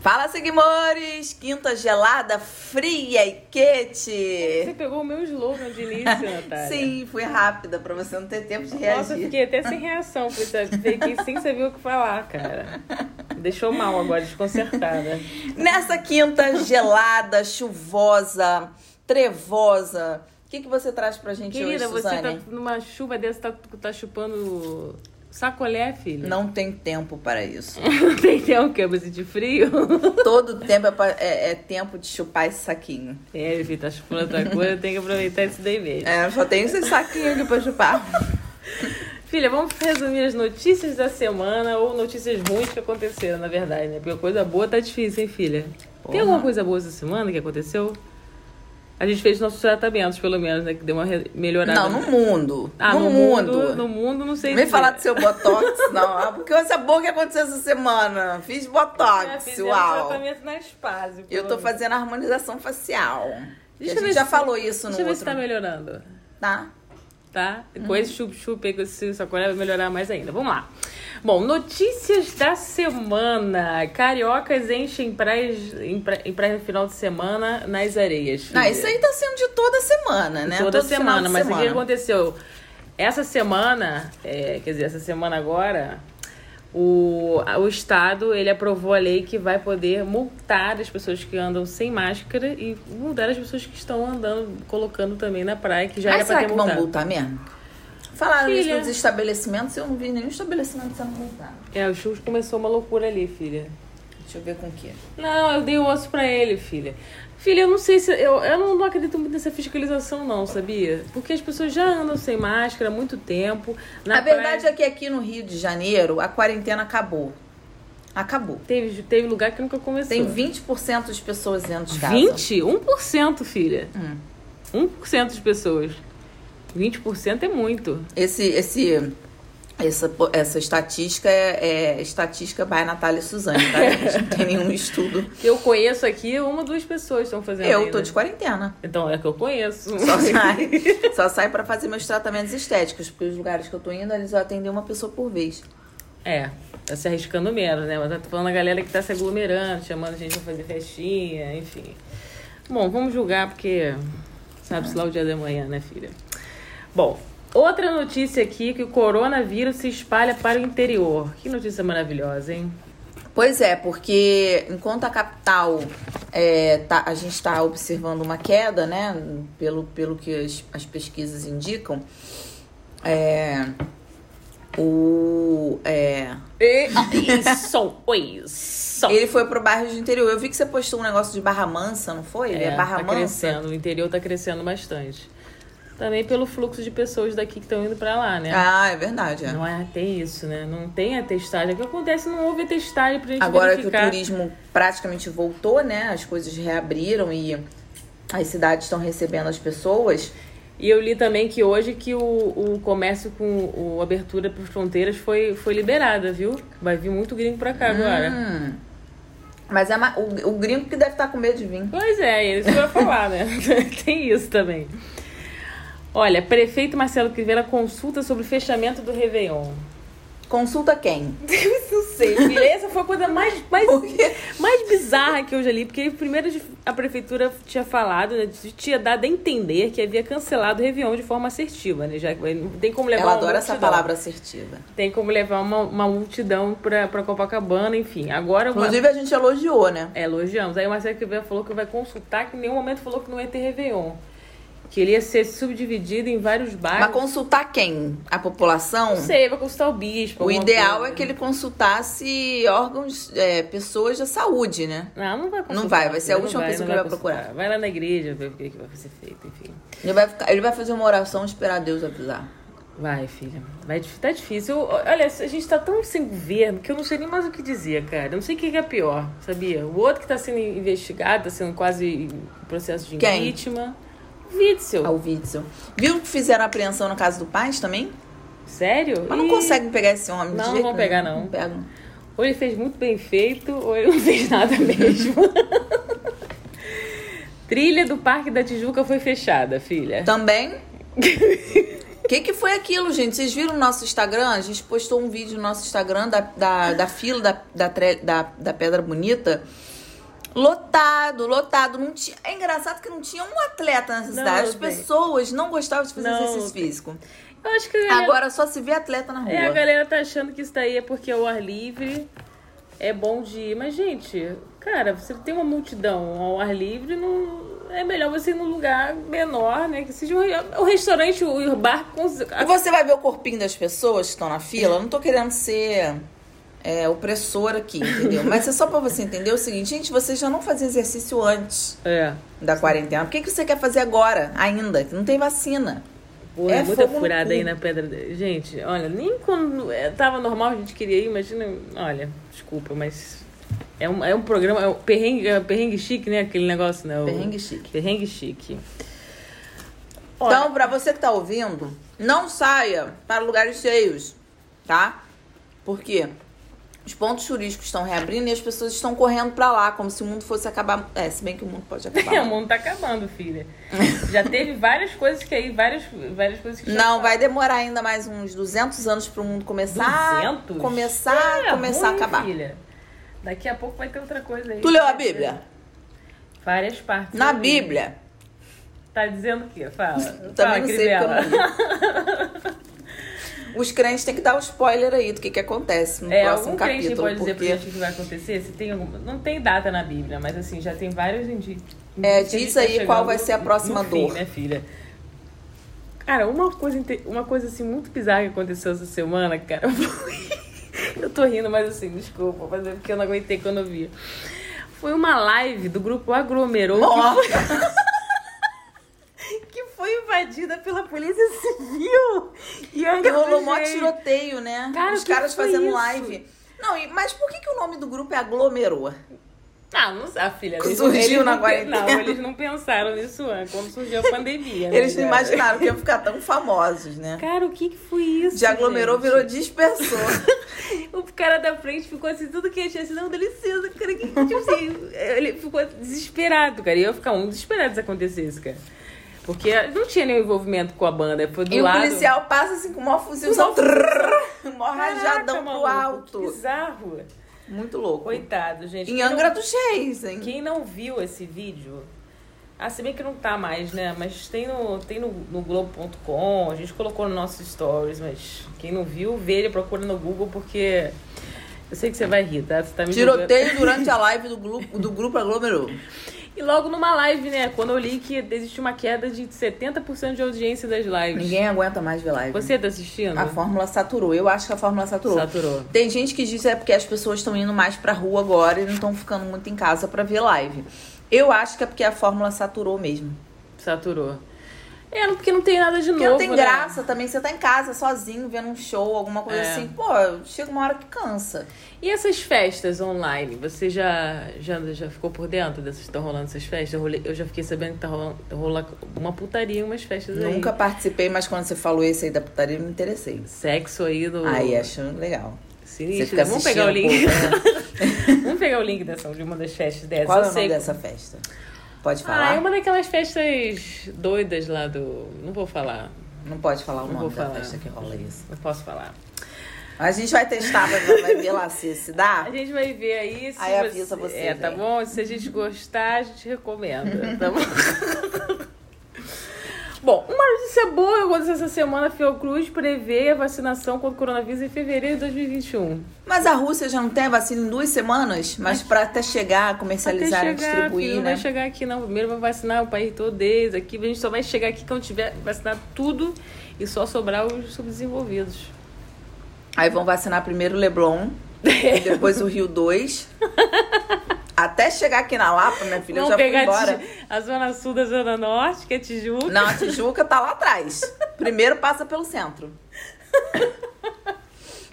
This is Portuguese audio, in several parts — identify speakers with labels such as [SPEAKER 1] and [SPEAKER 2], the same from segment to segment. [SPEAKER 1] Fala, seguimores! Quinta gelada, fria e
[SPEAKER 2] Você
[SPEAKER 1] quente!
[SPEAKER 2] pegou o meu slogan de início, Natália.
[SPEAKER 1] Sim, fui rápida pra você não ter tempo de
[SPEAKER 2] Nossa, eu
[SPEAKER 1] reagir.
[SPEAKER 2] fiquei até sem reação. Falei, tá, Fiquei sem saber o que falar, cara. Me Deixou mal agora, desconcertada.
[SPEAKER 1] Nessa quinta gelada, chuvosa, trevosa, o que, que você traz pra gente
[SPEAKER 2] Querida,
[SPEAKER 1] hoje,
[SPEAKER 2] você tá
[SPEAKER 1] Suzane?
[SPEAKER 2] numa chuva dessa, tá, tá chupando sacolé, filho?
[SPEAKER 1] Não tem tempo para isso.
[SPEAKER 2] Não tem tempo que eu assim de frio.
[SPEAKER 1] Todo tempo é, pa- é- é tempo de chupar esse saquinho.
[SPEAKER 2] É, meu filho, tá chupando outra coisa, tem que aproveitar isso daí mesmo.
[SPEAKER 1] É, eu só tenho esse saquinho aqui pra chupar.
[SPEAKER 2] Filha, vamos resumir as notícias da semana ou notícias ruins que aconteceram, na verdade, né? Porque coisa boa tá difícil, hein, filha?
[SPEAKER 1] Porra.
[SPEAKER 2] Tem alguma coisa boa essa semana que aconteceu? A gente fez nossos tratamentos, pelo menos, né? Que deu uma re- melhorada.
[SPEAKER 1] Não, no mundo.
[SPEAKER 2] Ah,
[SPEAKER 1] no,
[SPEAKER 2] no, mundo, No mundo, não sei
[SPEAKER 1] Não vem
[SPEAKER 2] dizer.
[SPEAKER 1] falar do seu botox, não. Ah, Porque essa boa que aconteceu essa semana. Fiz
[SPEAKER 2] Já
[SPEAKER 1] botox,
[SPEAKER 2] fizemos
[SPEAKER 1] uau.
[SPEAKER 2] É, um tratamento na espase,
[SPEAKER 1] Eu
[SPEAKER 2] pelo
[SPEAKER 1] tô
[SPEAKER 2] menos.
[SPEAKER 1] fazendo harmonização facial. E a
[SPEAKER 2] Deixa eu
[SPEAKER 1] gente
[SPEAKER 2] ver
[SPEAKER 1] já
[SPEAKER 2] se-
[SPEAKER 1] falou isso no
[SPEAKER 2] Deixa eu ver se
[SPEAKER 1] outro.
[SPEAKER 2] tá melhorando.
[SPEAKER 1] Tá?
[SPEAKER 2] tá? Com esse
[SPEAKER 1] Uhum.
[SPEAKER 2] chup-chup aí, com esse sacolé, vai melhorar mais ainda. Vamos lá. Bom, notícias da semana. Cariocas enchem praias, em, pra, em praia no final de semana nas areias.
[SPEAKER 1] Não, isso aí tá sendo de toda semana, né?
[SPEAKER 2] Toda
[SPEAKER 1] Todo final
[SPEAKER 2] semana,
[SPEAKER 1] de
[SPEAKER 2] mas o que
[SPEAKER 1] semana.
[SPEAKER 2] aconteceu? Essa semana, é, quer dizer, essa semana agora, o, a- o Estado ele aprovou a lei que vai poder multar as pessoas que andam sem máscara e multar as pessoas que estão andando, colocando também na praia, que já
[SPEAKER 1] Mas
[SPEAKER 2] era pra
[SPEAKER 1] será
[SPEAKER 2] ter
[SPEAKER 1] que vão
[SPEAKER 2] multado.
[SPEAKER 1] multar mesmo? Falaram isso
[SPEAKER 2] Filha.
[SPEAKER 1] nos estabelecimentos e eu não vi nenhum estabelecimento sendo multado.
[SPEAKER 2] É, o Churros começou uma loucura ali, filha.
[SPEAKER 1] Deixa eu ver com o quê.
[SPEAKER 2] Não, eu dei o osso pra ele, filha. Filha, eu não sei se. Eu, eu não, não acredito muito nessa fiscalização, não, sabia? Porque as pessoas já andam sem máscara há muito tempo. Na
[SPEAKER 1] a verdade
[SPEAKER 2] praia,
[SPEAKER 1] é que aqui no Rio de Janeiro, a quarentena acabou. Acabou.
[SPEAKER 2] teve, teve lugar que nunca começou.
[SPEAKER 1] Tem 20% de pessoas dentro de casa. Hum.
[SPEAKER 2] 20? 1%, filha. 1% de pessoas. 20% é muito.
[SPEAKER 1] Esse, esse, essa, po- essa estatística é, é estatística by Natália e Suzane, tá? gente? Não tem nenhum estudo.
[SPEAKER 2] Eu conheço aqui uma duas pessoas que estão fazendo.
[SPEAKER 1] Eu
[SPEAKER 2] ainda.
[SPEAKER 1] tô de quarentena.
[SPEAKER 2] Então é que eu conheço.
[SPEAKER 1] Só sai, só sai pra fazer meus tratamentos estéticos, porque os lugares que eu tô indo, eles vão atender uma pessoa por vez.
[SPEAKER 2] É, tá se arriscando menos, né? Mas tá falando a galera que tá se aglomerando, chamando a gente pra fazer festinha, enfim. Bom, vamos julgar porque sabe-se lá o dia da manhã, né, filha? Bom, outra notícia aqui que o coronavírus se espalha para o interior. Que notícia maravilhosa, hein?
[SPEAKER 1] Pois é, porque enquanto a capital é, tá- a gente está observando uma queda, né? Pelo, pelo que as, as pesquisas indicam, é, o. é,
[SPEAKER 2] Isso, isso.
[SPEAKER 1] ele foi pro bairro de interior. Eu vi que você postou um negócio de Barra Mansa, não foi? É, Barra
[SPEAKER 2] tá
[SPEAKER 1] Mansa.
[SPEAKER 2] crescendo, o interior tá crescendo bastante. Também pelo fluxo de pessoas daqui que estão indo pra lá, né?
[SPEAKER 1] Ah, é verdade. é.
[SPEAKER 2] Não é até isso, né? Não tem a testagem. O que acontece? Não houve a testagem pra gente
[SPEAKER 1] Agora que o
[SPEAKER 2] verificar.
[SPEAKER 1] turismo praticamente voltou, né? As coisas reabriram e as cidades estão recebendo as pessoas.
[SPEAKER 2] E eu li também que hoje que o, o comércio com o, abertura por fronteiras foi, foi liberada, viu? Vai vir muito gringo pra cá agora.
[SPEAKER 1] Hum. Mas é ma- o, o gringo que deve estar com medo de vir.
[SPEAKER 2] Pois é, isso que eu ia falar, né? tem isso também. Olha, prefeito Marcelo Crivella consulta sobre o fechamento do Réveillon.
[SPEAKER 1] Consulta quem?
[SPEAKER 2] Não sei, filha. Essa foi a coisa mais, mais,
[SPEAKER 1] Por quê?
[SPEAKER 2] mais bizarra que eu já li, porque primeiro a prefeitura tinha falado, né, tinha dado a entender que havia cancelado o Réveillon de forma assertiva, né? Já que não tem como levar
[SPEAKER 1] Ela
[SPEAKER 2] uma
[SPEAKER 1] adora essa
[SPEAKER 2] multidão.
[SPEAKER 1] palavra assertiva.
[SPEAKER 2] Tem como levar uma, uma multidão pra, pra Copacabana, enfim. Agora uma...
[SPEAKER 1] Inclusive, a gente elogiou, né?
[SPEAKER 2] é, elogiamos. Aí o Marcelo Crivella falou que vai consultar, que em nenhum momento falou que não ia ter Réveillon. Que ele ia ser subdividido em vários
[SPEAKER 1] Mas
[SPEAKER 2] bairros.
[SPEAKER 1] consultar quem? A população?
[SPEAKER 2] Não sei, vai consultar o bispo.
[SPEAKER 1] O
[SPEAKER 2] alguma
[SPEAKER 1] ideal
[SPEAKER 2] coisa.
[SPEAKER 1] é que ele consultasse órgãos, é, pessoas da saúde, né?
[SPEAKER 2] Não, não vai consultar.
[SPEAKER 1] Não vai, vai ser a
[SPEAKER 2] Não
[SPEAKER 1] última pessoa
[SPEAKER 2] não
[SPEAKER 1] que ele vai
[SPEAKER 2] consultar.
[SPEAKER 1] procurar.
[SPEAKER 2] Vai lá na igreja ver o que, que vai ser feito, enfim.
[SPEAKER 1] Ele vai, ficar- ele vai fazer uma oração e esperar Deus avisar.
[SPEAKER 2] Vai, filha. Vai, dif- tá difícil. Eu- olha, a gente tá tão sem governo que eu não sei nem mais o que dizer, cara. Eu não sei o que que é pior, sabia? O outro que tá sendo investigado, tá sendo quase em processo de
[SPEAKER 1] Quem?
[SPEAKER 2] impeachment. O Witzel.
[SPEAKER 1] Ao Witzel. Viu que fizeram apreensão na casa do Paz também?
[SPEAKER 2] Sério?
[SPEAKER 1] Mas não
[SPEAKER 2] Ih,
[SPEAKER 1] conseguem pegar esse homem de
[SPEAKER 2] Não,
[SPEAKER 1] jeito
[SPEAKER 2] não vão
[SPEAKER 1] nenhum.
[SPEAKER 2] pegar, não.
[SPEAKER 1] Não pegam.
[SPEAKER 2] Ou ele fez muito bem feito, ou ele não fez nada mesmo. Trilha do Parque da Tijuca foi fechada, filha.
[SPEAKER 1] Também. O que, que foi aquilo, gente? Vocês viram no nosso Instagram? A gente postou um vídeo no nosso Instagram da, da, da fila da, da, tre- da, da Pedra Bonita. Lotado, lotado. Não tinha... É engraçado que não tinha um atleta nessa
[SPEAKER 2] Não,
[SPEAKER 1] cidade. As
[SPEAKER 2] tem.
[SPEAKER 1] pessoas não gostavam de fazer
[SPEAKER 2] Não,
[SPEAKER 1] exercício
[SPEAKER 2] tem.
[SPEAKER 1] físico.
[SPEAKER 2] Eu acho que a galera,
[SPEAKER 1] Agora só se vê atleta na rua.
[SPEAKER 2] é, a galera tá achando que isso daí é porque é o ar livre, é bom de ir. Mas, gente, cara, você tem uma multidão ao ar livre, não... é melhor você ir num lugar menor, né? Que seja um re- o restaurante, o o bar... Com...
[SPEAKER 1] E você vai ver o corpinho das pessoas que estão na fila. Eu não tô querendo ser é, opressora aqui, entendeu? Mas é só pra você entender o seguinte, gente, você já não fazia exercício antes
[SPEAKER 2] É,
[SPEAKER 1] da quarentena. Por que, que você quer fazer agora, ainda? Que não tem vacina.
[SPEAKER 2] Porra,
[SPEAKER 1] É
[SPEAKER 2] muita
[SPEAKER 1] fogo no
[SPEAKER 2] furada aí
[SPEAKER 1] cu.
[SPEAKER 2] na pedra. de- Gente, olha, nem quando é, tava normal a gente queria ir, imagina. Olha, desculpa, mas. É um, é um programa. É um perrengue, é um perrengue chique, né? Aquele negócio, né? O-
[SPEAKER 1] Perrengue chique.
[SPEAKER 2] Perrengue chique. Olha,
[SPEAKER 1] Então, pra você que tá ouvindo, não saia para lugares cheios, tá? Porque os pontos turísticos estão reabrindo e as pessoas estão correndo pra lá, como se o mundo fosse acabar. É, se bem que o mundo pode acabar.
[SPEAKER 2] o mundo tá acabando, filha. Já teve várias coisas que aí, várias, várias coisas que já tá.
[SPEAKER 1] Não, vai demorar ainda mais uns 200 anos pro mundo começar.
[SPEAKER 2] 200?
[SPEAKER 1] Começar,
[SPEAKER 2] É,
[SPEAKER 1] começar Ah,
[SPEAKER 2] ruim,
[SPEAKER 1] a acabar.
[SPEAKER 2] Filha. Daqui a pouco vai ter outra coisa aí.
[SPEAKER 1] Tu leu a Bíblia?
[SPEAKER 2] Várias partes.
[SPEAKER 1] Na
[SPEAKER 2] Eu li.
[SPEAKER 1] Bíblia.
[SPEAKER 2] Tá dizendo o quê? Fala. Fala,
[SPEAKER 1] Também não sei
[SPEAKER 2] Crivella.
[SPEAKER 1] porque eu Os crentes têm que dar o spoiler aí do que, que acontece no
[SPEAKER 2] É,
[SPEAKER 1] próximo
[SPEAKER 2] algum crente
[SPEAKER 1] capítulo.
[SPEAKER 2] pode dizer pra
[SPEAKER 1] porque
[SPEAKER 2] gente o que vai acontecer? Se tem alguma... Não tem data na Bíblia, mas assim, já tem vários indícios.
[SPEAKER 1] É,
[SPEAKER 2] que a gente
[SPEAKER 1] diz aí
[SPEAKER 2] chegando
[SPEAKER 1] qual vai ser a
[SPEAKER 2] no-
[SPEAKER 1] próxima
[SPEAKER 2] no fim,
[SPEAKER 1] dor.
[SPEAKER 2] né, filha? Cara, uma coisa, inte- uma coisa assim muito bizarra que aconteceu essa semana, cara. foi- eu tô rindo, mas assim, desculpa, mas é porque eu não aguentei quando eu vi. Foi uma live do grupo Aglomerou. que foi- Que foi invadida pela polícia civil. E
[SPEAKER 1] Porque rolou mó
[SPEAKER 2] um
[SPEAKER 1] tiroteio, né?
[SPEAKER 2] Cara,
[SPEAKER 1] Os
[SPEAKER 2] que
[SPEAKER 1] caras
[SPEAKER 2] foi
[SPEAKER 1] fazendo
[SPEAKER 2] isso?
[SPEAKER 1] live. Não, e- mas por que, que o nome do grupo é aglomerou?
[SPEAKER 2] Ah, não sei, a filha. eles-
[SPEAKER 1] Surgiu
[SPEAKER 2] eles
[SPEAKER 1] na
[SPEAKER 2] não,
[SPEAKER 1] quarentena.
[SPEAKER 2] Não, eles não pensaram nisso antes, quando surgiu a pandemia. né,
[SPEAKER 1] Eles não
[SPEAKER 2] cara?
[SPEAKER 1] imaginaram que iam ficar tão famosos, né?
[SPEAKER 2] Cara, o que que foi isso?
[SPEAKER 1] De aglomerou
[SPEAKER 2] gente?
[SPEAKER 1] virou dispersou.
[SPEAKER 2] O cara da frente ficou assim, tudo que tinha assim, não, dá licença, cara. Que, tipo assim, ele ficou desesperado, cara. E eu ia ficar muito desesperado se acontecesse, cara. Porque não tinha nenhum envolvimento com a banda, foi do
[SPEAKER 1] e
[SPEAKER 2] lado.
[SPEAKER 1] o policial passa assim com o maior fuzilzão. Mó
[SPEAKER 2] Caraca,
[SPEAKER 1] rajadão pro
[SPEAKER 2] maluco, Que
[SPEAKER 1] alto.
[SPEAKER 2] bizarro.
[SPEAKER 1] Muito louco.
[SPEAKER 2] Coitado, gente.
[SPEAKER 1] Em
[SPEAKER 2] Quem não-
[SPEAKER 1] Angra dos Reis, hein?
[SPEAKER 2] Quem não viu esse vídeo, ah, se bem que não tá mais, né? Mas tem no, tem no, no Globo.com, a gente colocou no nosso stories, mas quem não viu, vê ele, procura no Google, porque eu sei que você vai rir, tá? Você tá me julgando.
[SPEAKER 1] Tiroteio durante a live do grupo, do grupo aglomerou.
[SPEAKER 2] E logo numa live, né? Quando eu li que existe uma queda de 70% de audiência das lives.
[SPEAKER 1] Ninguém aguenta mais ver live.
[SPEAKER 2] Você tá assistindo?
[SPEAKER 1] A fórmula saturou. Eu acho que a fórmula saturou.
[SPEAKER 2] Saturou.
[SPEAKER 1] Tem gente que diz é porque as pessoas estão indo mais pra rua agora e não estão ficando muito em casa pra ver live. Eu acho que é porque a fórmula saturou mesmo.
[SPEAKER 2] Saturou. É, porque não tem nada de
[SPEAKER 1] Porque
[SPEAKER 2] novo.
[SPEAKER 1] não tem
[SPEAKER 2] né?
[SPEAKER 1] graça também, você tá em casa sozinho, vendo um show, alguma coisa
[SPEAKER 2] É.
[SPEAKER 1] assim. Pô, chega uma hora que cansa.
[SPEAKER 2] E essas festas online, você já, já, já ficou por dentro dessas que estão rolando essas festas? Eu, rolei- eu já fiquei sabendo que tá rolando rola uma putaria em umas festas aí.
[SPEAKER 1] Nunca participei, mas quando você falou esse aí da putaria, eu me interessei.
[SPEAKER 2] Sexo aí do.
[SPEAKER 1] Aí acho legal. Você
[SPEAKER 2] Sinistro.
[SPEAKER 1] fica
[SPEAKER 2] Hum. Vamos
[SPEAKER 1] assistindo.
[SPEAKER 2] pegar o link.
[SPEAKER 1] um pouco, né?
[SPEAKER 2] Vamos pegar o link dessa, de uma das festas dessa.
[SPEAKER 1] Qual é
[SPEAKER 2] eu
[SPEAKER 1] o nome
[SPEAKER 2] sei.
[SPEAKER 1] dessa festa? Pode
[SPEAKER 2] Ah,
[SPEAKER 1] falar?
[SPEAKER 2] é uma daquelas festas doidas lá do. Não vou falar.
[SPEAKER 1] Não pode falar o
[SPEAKER 2] Não
[SPEAKER 1] nome
[SPEAKER 2] vou
[SPEAKER 1] da
[SPEAKER 2] falar.
[SPEAKER 1] festa que rola isso.
[SPEAKER 2] Não posso falar.
[SPEAKER 1] A gente vai testar, vai, ver- vai ver lá se se dá.
[SPEAKER 2] A gente vai ver aí se
[SPEAKER 1] Aí avisa você,
[SPEAKER 2] É, tá
[SPEAKER 1] né?
[SPEAKER 2] bom? Se a gente gostar, a gente recomenda, tá bom? Bom, uma notícia boa aconteceu essa semana. a Fiocruz prevê a vacinação contra o coronavírus em fevereiro de 2021.
[SPEAKER 1] Mas a Rússia já não tem a vacina em duas semanas? Mas pra até chegar, comercializar
[SPEAKER 2] Até
[SPEAKER 1] e
[SPEAKER 2] chegar, filho,
[SPEAKER 1] distribuir,
[SPEAKER 2] não
[SPEAKER 1] né?
[SPEAKER 2] vai chegar aqui não. Primeiro vai vacinar o país todo deles aqui. A gente só vai chegar aqui quando tiver vacinado tudo e só sobrar os subdesenvolvidos.
[SPEAKER 1] Aí vão vacinar primeiro o Leblon, depois o Rio 2. Até chegar aqui na Lapa, minha filha,
[SPEAKER 2] Vamos
[SPEAKER 1] eu já fui
[SPEAKER 2] pegar
[SPEAKER 1] embora.
[SPEAKER 2] a, Tij- a zona sul da zona norte, que é Tijuca.
[SPEAKER 1] Não, a Tijuca tá lá atrás. Primeiro passa pelo centro.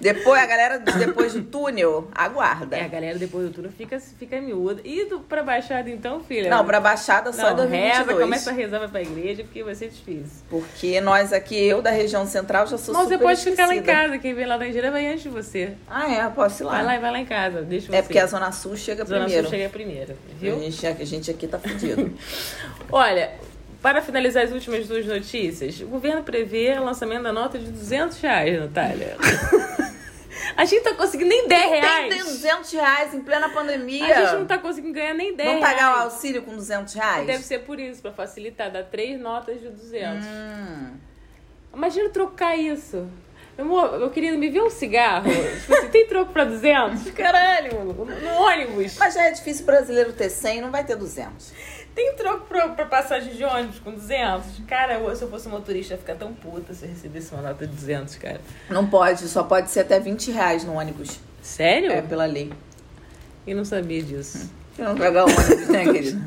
[SPEAKER 1] Depois, a galera, depois do túnel, aguarda.
[SPEAKER 2] É, a galera depois do turno fica, fica miúda. E do, pra baixada, então, filha?
[SPEAKER 1] Não, pra Baixada só
[SPEAKER 2] Não,
[SPEAKER 1] em 2022.
[SPEAKER 2] reza, começa a rezar, vai pra igreja, porque vai ser difícil.
[SPEAKER 1] Porque nós aqui, eu da região central, já sou
[SPEAKER 2] Mas
[SPEAKER 1] super
[SPEAKER 2] você pode ficar lá em
[SPEAKER 1] esquecida.
[SPEAKER 2] casa, quem vem lá da Engenharia vai antes de você.
[SPEAKER 1] Ah, é, posso ir lá.
[SPEAKER 2] Vai lá e vai lá em casa, deixa você.
[SPEAKER 1] É porque a Zona Sul chega
[SPEAKER 2] Zona
[SPEAKER 1] primeiro.
[SPEAKER 2] Sul chega primeiro,
[SPEAKER 1] A,
[SPEAKER 2] viu?
[SPEAKER 1] gente, a gente aqui tá fudido.
[SPEAKER 2] Olha, para finalizar as últimas duas notícias, o governo prevê o lançamento da nota de 200 reais, Natália. A gente tá conseguindo nem 10
[SPEAKER 1] Tem
[SPEAKER 2] reais.
[SPEAKER 1] 200 reais em plena pandemia.
[SPEAKER 2] A gente não tá conseguindo ganhar nem 10
[SPEAKER 1] Vamos pagar o
[SPEAKER 2] reais.
[SPEAKER 1] auxílio com 200 reais?
[SPEAKER 2] Deve ser por isso, pra facilitar. Dá três notas de 200.
[SPEAKER 1] Hum.
[SPEAKER 2] Imagina trocar isso. Meu amor, meu querido, me vê um cigarro. tipo assim, tem troco pra 200? Caralho, no no ônibus.
[SPEAKER 1] Mas já é difícil o brasileiro ter 100, não vai ter 200.
[SPEAKER 2] Tem troco pra, pra passagem de ônibus com 200? Cara, eu- se eu fosse motorista, eu ia ficar tão puta se eu recebesse uma nota de 200, cara.
[SPEAKER 1] Não pode, só pode ser até 20 reais no ônibus.
[SPEAKER 2] Sério?
[SPEAKER 1] É, pela lei.
[SPEAKER 2] Eu não sabia disso.
[SPEAKER 1] Eu não pegar o ônibus, né, querida?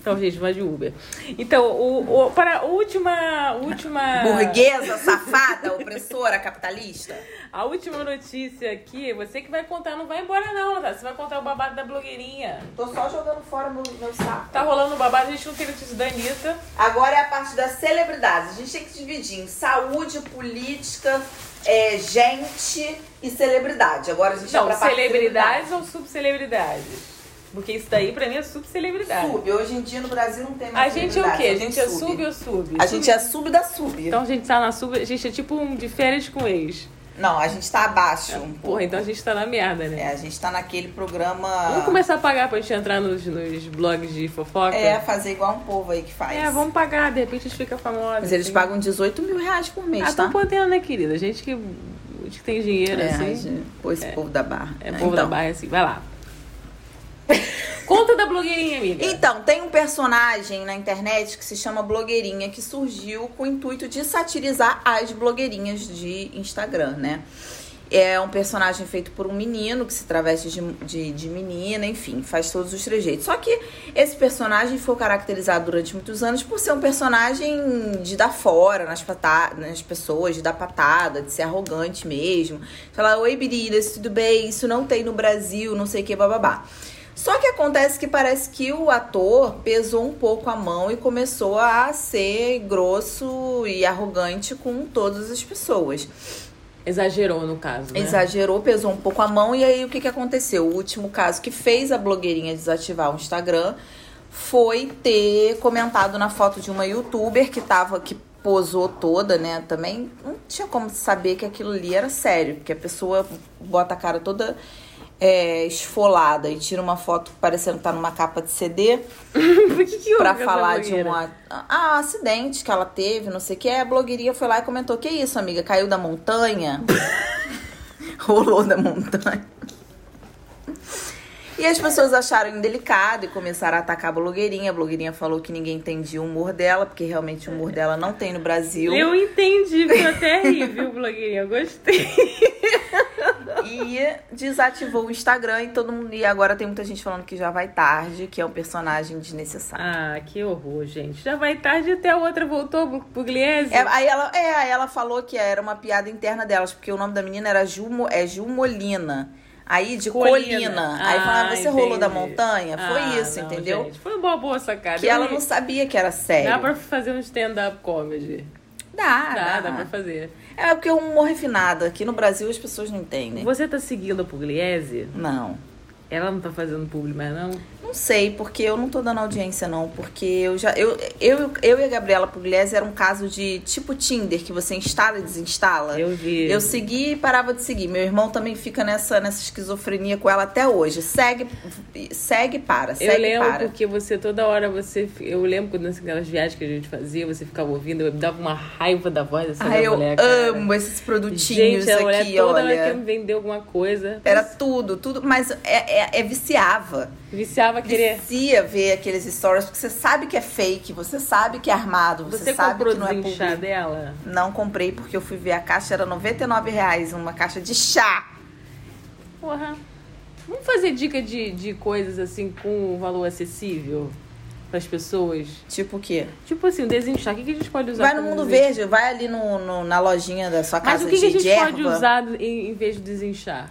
[SPEAKER 2] Então, gente, vai de Uber. Então, o, o- para a última, última...
[SPEAKER 1] Burguesa, safada, opressora, capitalista.
[SPEAKER 2] A última notícia aqui, você que vai contar, não vai embora não, Natália. Você vai contar o babado da blogueirinha.
[SPEAKER 1] Tô só jogando fora meu, meu saco.
[SPEAKER 2] Tá rolando um babado, a gente não tem notícia da Anitta.
[SPEAKER 1] Agora é a parte das celebridades. A gente tem que dividir em saúde, política, é, gente e celebridade. Agora a gente vai
[SPEAKER 2] Não,
[SPEAKER 1] pra parte
[SPEAKER 2] celebridades ou subcelebridades? Porque isso daí pra mim é subcelebridade.
[SPEAKER 1] Sub. Hoje em dia no Brasil não tem
[SPEAKER 2] A
[SPEAKER 1] mais
[SPEAKER 2] gente é o
[SPEAKER 1] celebridade,
[SPEAKER 2] quê? A
[SPEAKER 1] só tem
[SPEAKER 2] gente é sub ou sub?
[SPEAKER 1] A gente é sub da sub.
[SPEAKER 2] Então a gente tá na sub, a gente é tipo um de férias com ex.
[SPEAKER 1] Não, a gente tá abaixo. um pouco.
[SPEAKER 2] Porra, então a gente tá na merda, né?
[SPEAKER 1] É, a gente tá naquele programa.
[SPEAKER 2] Vamos começar a pagar pra gente entrar nos, nos blogs de fofoca?
[SPEAKER 1] É, fazer igual um povo aí que faz.
[SPEAKER 2] É, vamos pagar, de repente a gente fica famosa.
[SPEAKER 1] Mas eles
[SPEAKER 2] assim.
[SPEAKER 1] pagam 18 mil reais por mês,
[SPEAKER 2] Ah,
[SPEAKER 1] tá?
[SPEAKER 2] tão podendo, né, querida? Gente que, gente que tem dinheiro,
[SPEAKER 1] É,
[SPEAKER 2] assim.
[SPEAKER 1] gente, Então. pô, esse povo da barra.
[SPEAKER 2] É povo da barra, assim. Vai lá. Conta da blogueirinha, amiga.
[SPEAKER 1] Então, tem um personagem na internet que se chama Blogueirinha, que surgiu com o intuito de satirizar as blogueirinhas de Instagram, né? É um personagem feito por um menino que se traveste de, de, de menina, enfim, faz todos os trejeitos. Só que esse personagem foi caracterizado durante muitos anos por ser um personagem de dar fora nas, pata nas pessoas, de dar patada, de ser arrogante mesmo. Falar, oi, Biridas, tudo bem? Isso não tem no Brasil, não sei o que, bababá. Só que acontece que parece que o ator pesou um pouco a mão e começou a ser grosso e arrogante com todas as pessoas.
[SPEAKER 2] Exagerou, no caso, né?
[SPEAKER 1] Exagerou, pesou um pouco a mão e aí o que, que aconteceu? O último caso que fez a blogueirinha desativar o Instagram foi ter comentado na foto de uma youtuber que tava que posou toda, né? Também não tinha como saber que aquilo ali era sério, porque a pessoa bota a cara toda é, esfolada e tira uma foto parecendo que tá numa capa de CD
[SPEAKER 2] Por que que houve
[SPEAKER 1] pra
[SPEAKER 2] com essa
[SPEAKER 1] falar de
[SPEAKER 2] blogueira?
[SPEAKER 1] um a- ah, acidente que ela teve, não sei o que. A blogueirinha foi lá e comentou: Que isso, amiga? Caiu da montanha? Rolou da montanha. E as pessoas acharam indelicado e começaram a atacar a blogueirinha. A blogueirinha falou que ninguém entendia o humor dela, porque realmente o humor dela não tem no Brasil.
[SPEAKER 2] Eu entendi, porque eu até ri, viu, blogueirinha? Eu gostei.
[SPEAKER 1] E desativou o Instagram e todo mundo. E agora tem muita gente falando que já vai tarde, que é um personagem desnecessário.
[SPEAKER 2] Ah, que horror, gente. Já vai tarde até a outra voltou pro Gliese.
[SPEAKER 1] É, aí ela, é, aí ela falou que era uma piada interna delas, porque o nome da menina era Ju, Mo- é Ju Molina. Aí de Colina.
[SPEAKER 2] Colina.
[SPEAKER 1] aí falava,
[SPEAKER 2] Ah,
[SPEAKER 1] você rolou
[SPEAKER 2] entendi.
[SPEAKER 1] da montanha? Foi
[SPEAKER 2] Ah,
[SPEAKER 1] isso,
[SPEAKER 2] não,
[SPEAKER 1] entendeu?
[SPEAKER 2] gente, foi uma boa sacada.
[SPEAKER 1] Que ela não sabia que era sério.
[SPEAKER 2] Dá pra fazer um stand-up comedy.
[SPEAKER 1] Dá,
[SPEAKER 2] Dá,
[SPEAKER 1] Ah, dá.
[SPEAKER 2] dá pra fazer.
[SPEAKER 1] É porque é um humor refinado. Aqui no Brasil as pessoas não entendem.
[SPEAKER 2] Você tá seguindo a Pugliese?
[SPEAKER 1] Não.
[SPEAKER 2] Ela não tá fazendo publi mais, não?
[SPEAKER 1] Não sei, porque eu não tô dando audiência, não. Porque eu já. Eu, eu, eu e a Gabriela Pugliese era um caso de tipo Tinder, que você instala e desinstala.
[SPEAKER 2] Eu vi.
[SPEAKER 1] Ah, Eu segui e parava de seguir. Meu irmão também fica nessa, nessa esquizofrenia com ela até hoje. Segue, segue e para,
[SPEAKER 2] Eu
[SPEAKER 1] segue e
[SPEAKER 2] lembro
[SPEAKER 1] para.
[SPEAKER 2] porque você toda hora você. Eu lembro quando naquelas viagens que a gente fazia, você ficava ouvindo, eu me dava uma raiva da voz dessa
[SPEAKER 1] Ai, eu
[SPEAKER 2] mulher. cara.
[SPEAKER 1] amo esses produtinhos
[SPEAKER 2] Gente, a mulher
[SPEAKER 1] aqui,
[SPEAKER 2] toda um hora quer
[SPEAKER 1] olha.
[SPEAKER 2] me vender alguma coisa.
[SPEAKER 1] Era tudo, tudo, mas é, é, é viciava.
[SPEAKER 2] Viciava a querer.
[SPEAKER 1] Vicia ver aqueles stories, porque você sabe que é fake, você sabe que é armado, você,
[SPEAKER 2] Você
[SPEAKER 1] sabe
[SPEAKER 2] comprou
[SPEAKER 1] que não é público.
[SPEAKER 2] desinchar dela?
[SPEAKER 1] Não comprei porque eu fui ver a caixa, era R$ 99 reais uma caixa de chá.
[SPEAKER 2] Porra. Vamos fazer dica de, de coisas assim com valor acessível pras pessoas?
[SPEAKER 1] Tipo o quê?
[SPEAKER 2] Tipo assim, o desinchar, o que, que a gente pode usar?
[SPEAKER 1] Vai no
[SPEAKER 2] como
[SPEAKER 1] mundo
[SPEAKER 2] desinchar?
[SPEAKER 1] verde, vai ali no, no- na lojinha da sua
[SPEAKER 2] Mas
[SPEAKER 1] casa
[SPEAKER 2] o que, que a
[SPEAKER 1] de
[SPEAKER 2] gente
[SPEAKER 1] erva.
[SPEAKER 2] pode usar em, em vez de desinchar?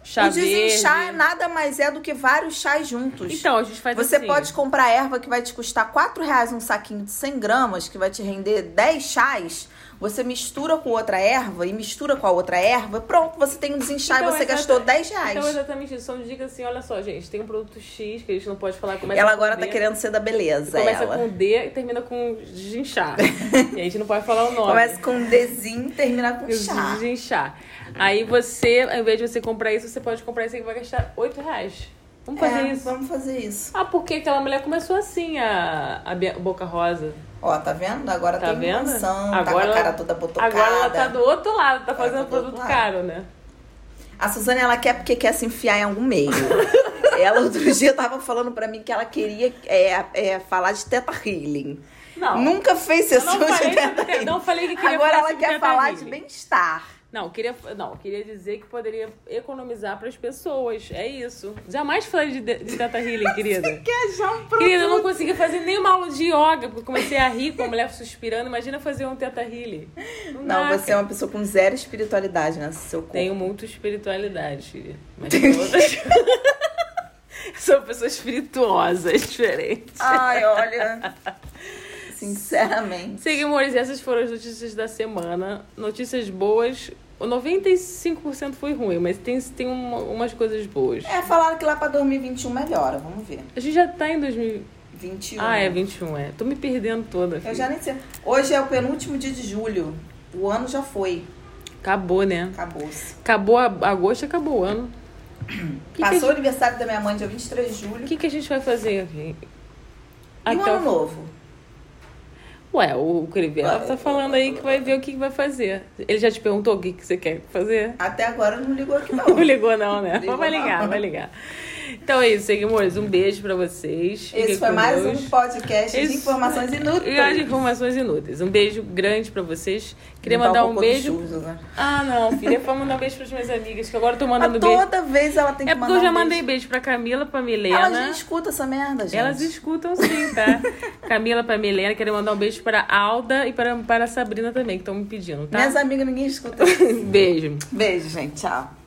[SPEAKER 2] Chá
[SPEAKER 1] o desinchar
[SPEAKER 2] verde.
[SPEAKER 1] nada mais é do que vários chás juntos.
[SPEAKER 2] Então, a gente faz
[SPEAKER 1] você
[SPEAKER 2] assim.
[SPEAKER 1] pode comprar erva que vai te custar R$ 4 reais um saquinho de 100 gramas, que vai te render 10 chás. Você mistura com outra erva e mistura com a outra erva. Pronto, você tem um desinchar
[SPEAKER 2] Então,
[SPEAKER 1] e você
[SPEAKER 2] exata-
[SPEAKER 1] gastou 10 reais.
[SPEAKER 2] Então, exatamente isso. São dicas assim, olha só, gente. Tem um produto X que a gente não pode falar. Começa
[SPEAKER 1] ela
[SPEAKER 2] com
[SPEAKER 1] agora
[SPEAKER 2] D,
[SPEAKER 1] tá querendo ser da beleza,
[SPEAKER 2] Começa
[SPEAKER 1] ela.
[SPEAKER 2] com D e termina com desinchar. e a gente não pode falar o nome.
[SPEAKER 1] Começa com desin um e termina com
[SPEAKER 2] Eu
[SPEAKER 1] chá.
[SPEAKER 2] desinchar. Aí você, ao invés de você comprar isso, você pode comprar isso aí que vai gastar 8 reais. Vamos fazer
[SPEAKER 1] É,
[SPEAKER 2] isso.
[SPEAKER 1] Vamos fazer isso.
[SPEAKER 2] Ah, porque aquela mulher começou assim, a, a Bia- Boca Rosa.
[SPEAKER 1] Ó, tá vendo? Agora
[SPEAKER 2] Tá
[SPEAKER 1] tem
[SPEAKER 2] vendo?
[SPEAKER 1] mansão, tá com
[SPEAKER 2] Agora
[SPEAKER 1] a
[SPEAKER 2] ela-
[SPEAKER 1] cara toda botocada.
[SPEAKER 2] Agora ela tá do outro lado, tá
[SPEAKER 1] Ela tá
[SPEAKER 2] fazendo
[SPEAKER 1] do
[SPEAKER 2] produto
[SPEAKER 1] outro lado.
[SPEAKER 2] caro, né?
[SPEAKER 1] A Suzana, ela quer porque quer se enfiar em algum meio. ela, outro dia, tava falando pra mim que ela queria é, é, falar de teta healing.
[SPEAKER 2] Não.
[SPEAKER 1] Nunca fez
[SPEAKER 2] Eu
[SPEAKER 1] sessão
[SPEAKER 2] não falei,
[SPEAKER 1] de teta
[SPEAKER 2] sobre-
[SPEAKER 1] healing.
[SPEAKER 2] não falei que é queria
[SPEAKER 1] Agora
[SPEAKER 2] falar
[SPEAKER 1] ela
[SPEAKER 2] sobre
[SPEAKER 1] quer
[SPEAKER 2] teta
[SPEAKER 1] falar de
[SPEAKER 2] healing.
[SPEAKER 1] bem-estar.
[SPEAKER 2] Não, queria, não, queria dizer que poderia economizar pras pessoas. É isso. Jamais falei de, de Teta Healing, querida.
[SPEAKER 1] Quer já um
[SPEAKER 2] Querida, eu não consegui fazer nenhuma aula de yoga, porque comecei a rir com a mulher suspirando. Imagina fazer um Teta Healing.
[SPEAKER 1] Não,
[SPEAKER 2] dá,
[SPEAKER 1] você é uma pessoa com zero espiritualidade nesse seu corpo.
[SPEAKER 2] Tenho muita espiritualidade, filha. Mas todas. São pessoas espirituosas, diferentes.
[SPEAKER 1] Ai, olha. Sinceramente.
[SPEAKER 2] Seguimores, essas foram as notícias da semana. Notícias boas. O 95% foi ruim, mas tem, tem uma- umas coisas boas.
[SPEAKER 1] É, falaram que lá pra 2021 melhora, vamos ver.
[SPEAKER 2] A gente já tá em 2000.
[SPEAKER 1] 21.
[SPEAKER 2] Ah, é 21, é. Tô me perdendo toda.
[SPEAKER 1] Eu
[SPEAKER 2] filha.
[SPEAKER 1] já nem sei. Hoje é o penúltimo dia de julho. O ano já foi.
[SPEAKER 2] Acabou, né?
[SPEAKER 1] Acabou-se.
[SPEAKER 2] Acabou a- agosto, acabou o ano. O que, é que, a
[SPEAKER 1] Passou
[SPEAKER 2] gente-
[SPEAKER 1] o aniversário da minha mãe, dia 23 de julho.
[SPEAKER 2] o que que a gente vai fazer aqui?
[SPEAKER 1] E um
[SPEAKER 2] Até
[SPEAKER 1] ano
[SPEAKER 2] o...
[SPEAKER 1] novo.
[SPEAKER 2] Ué, o Crivella
[SPEAKER 1] Ué,
[SPEAKER 2] tá falando aí que vai ver o que, que vai fazer. Ele já te perguntou o que, que você quer fazer?
[SPEAKER 1] Até agora não ligou aqui, não.
[SPEAKER 2] Não ligou não, né?
[SPEAKER 1] Ligou
[SPEAKER 2] Mas vai
[SPEAKER 1] não.
[SPEAKER 2] ligar, vai ligar. Então é isso, seguimores. Um beijo pra vocês. Fiquem
[SPEAKER 1] Esse foi
[SPEAKER 2] com
[SPEAKER 1] mais
[SPEAKER 2] Deus.
[SPEAKER 1] um podcast
[SPEAKER 2] Esse-
[SPEAKER 1] de informações
[SPEAKER 2] E as
[SPEAKER 1] inúteis.
[SPEAKER 2] informações inúteis. Um beijo grande pra vocês. Queria mandar um beijo...
[SPEAKER 1] né?
[SPEAKER 2] Ah, não, filha. Vou mandar um beijo pras minhas amigas, que agora eu tô Tá mandando
[SPEAKER 1] Mas
[SPEAKER 2] beijo.
[SPEAKER 1] Ah, toda vez ela tem que
[SPEAKER 2] É porque
[SPEAKER 1] mandar
[SPEAKER 2] eu já
[SPEAKER 1] um
[SPEAKER 2] mandei
[SPEAKER 1] beijo.
[SPEAKER 2] beijo pra Camila, pra Milena.
[SPEAKER 1] Elas não escutam essa merda, gente.
[SPEAKER 2] Elas escutam sim, tá? Camila, pra Milena, quero mandar um beijo pra Alda e para, para a Sabrina também, que estão me pedindo, tá?
[SPEAKER 1] Minhas amigas ninguém escuta.
[SPEAKER 2] Beijo.
[SPEAKER 1] Beijo, gente. Tchau.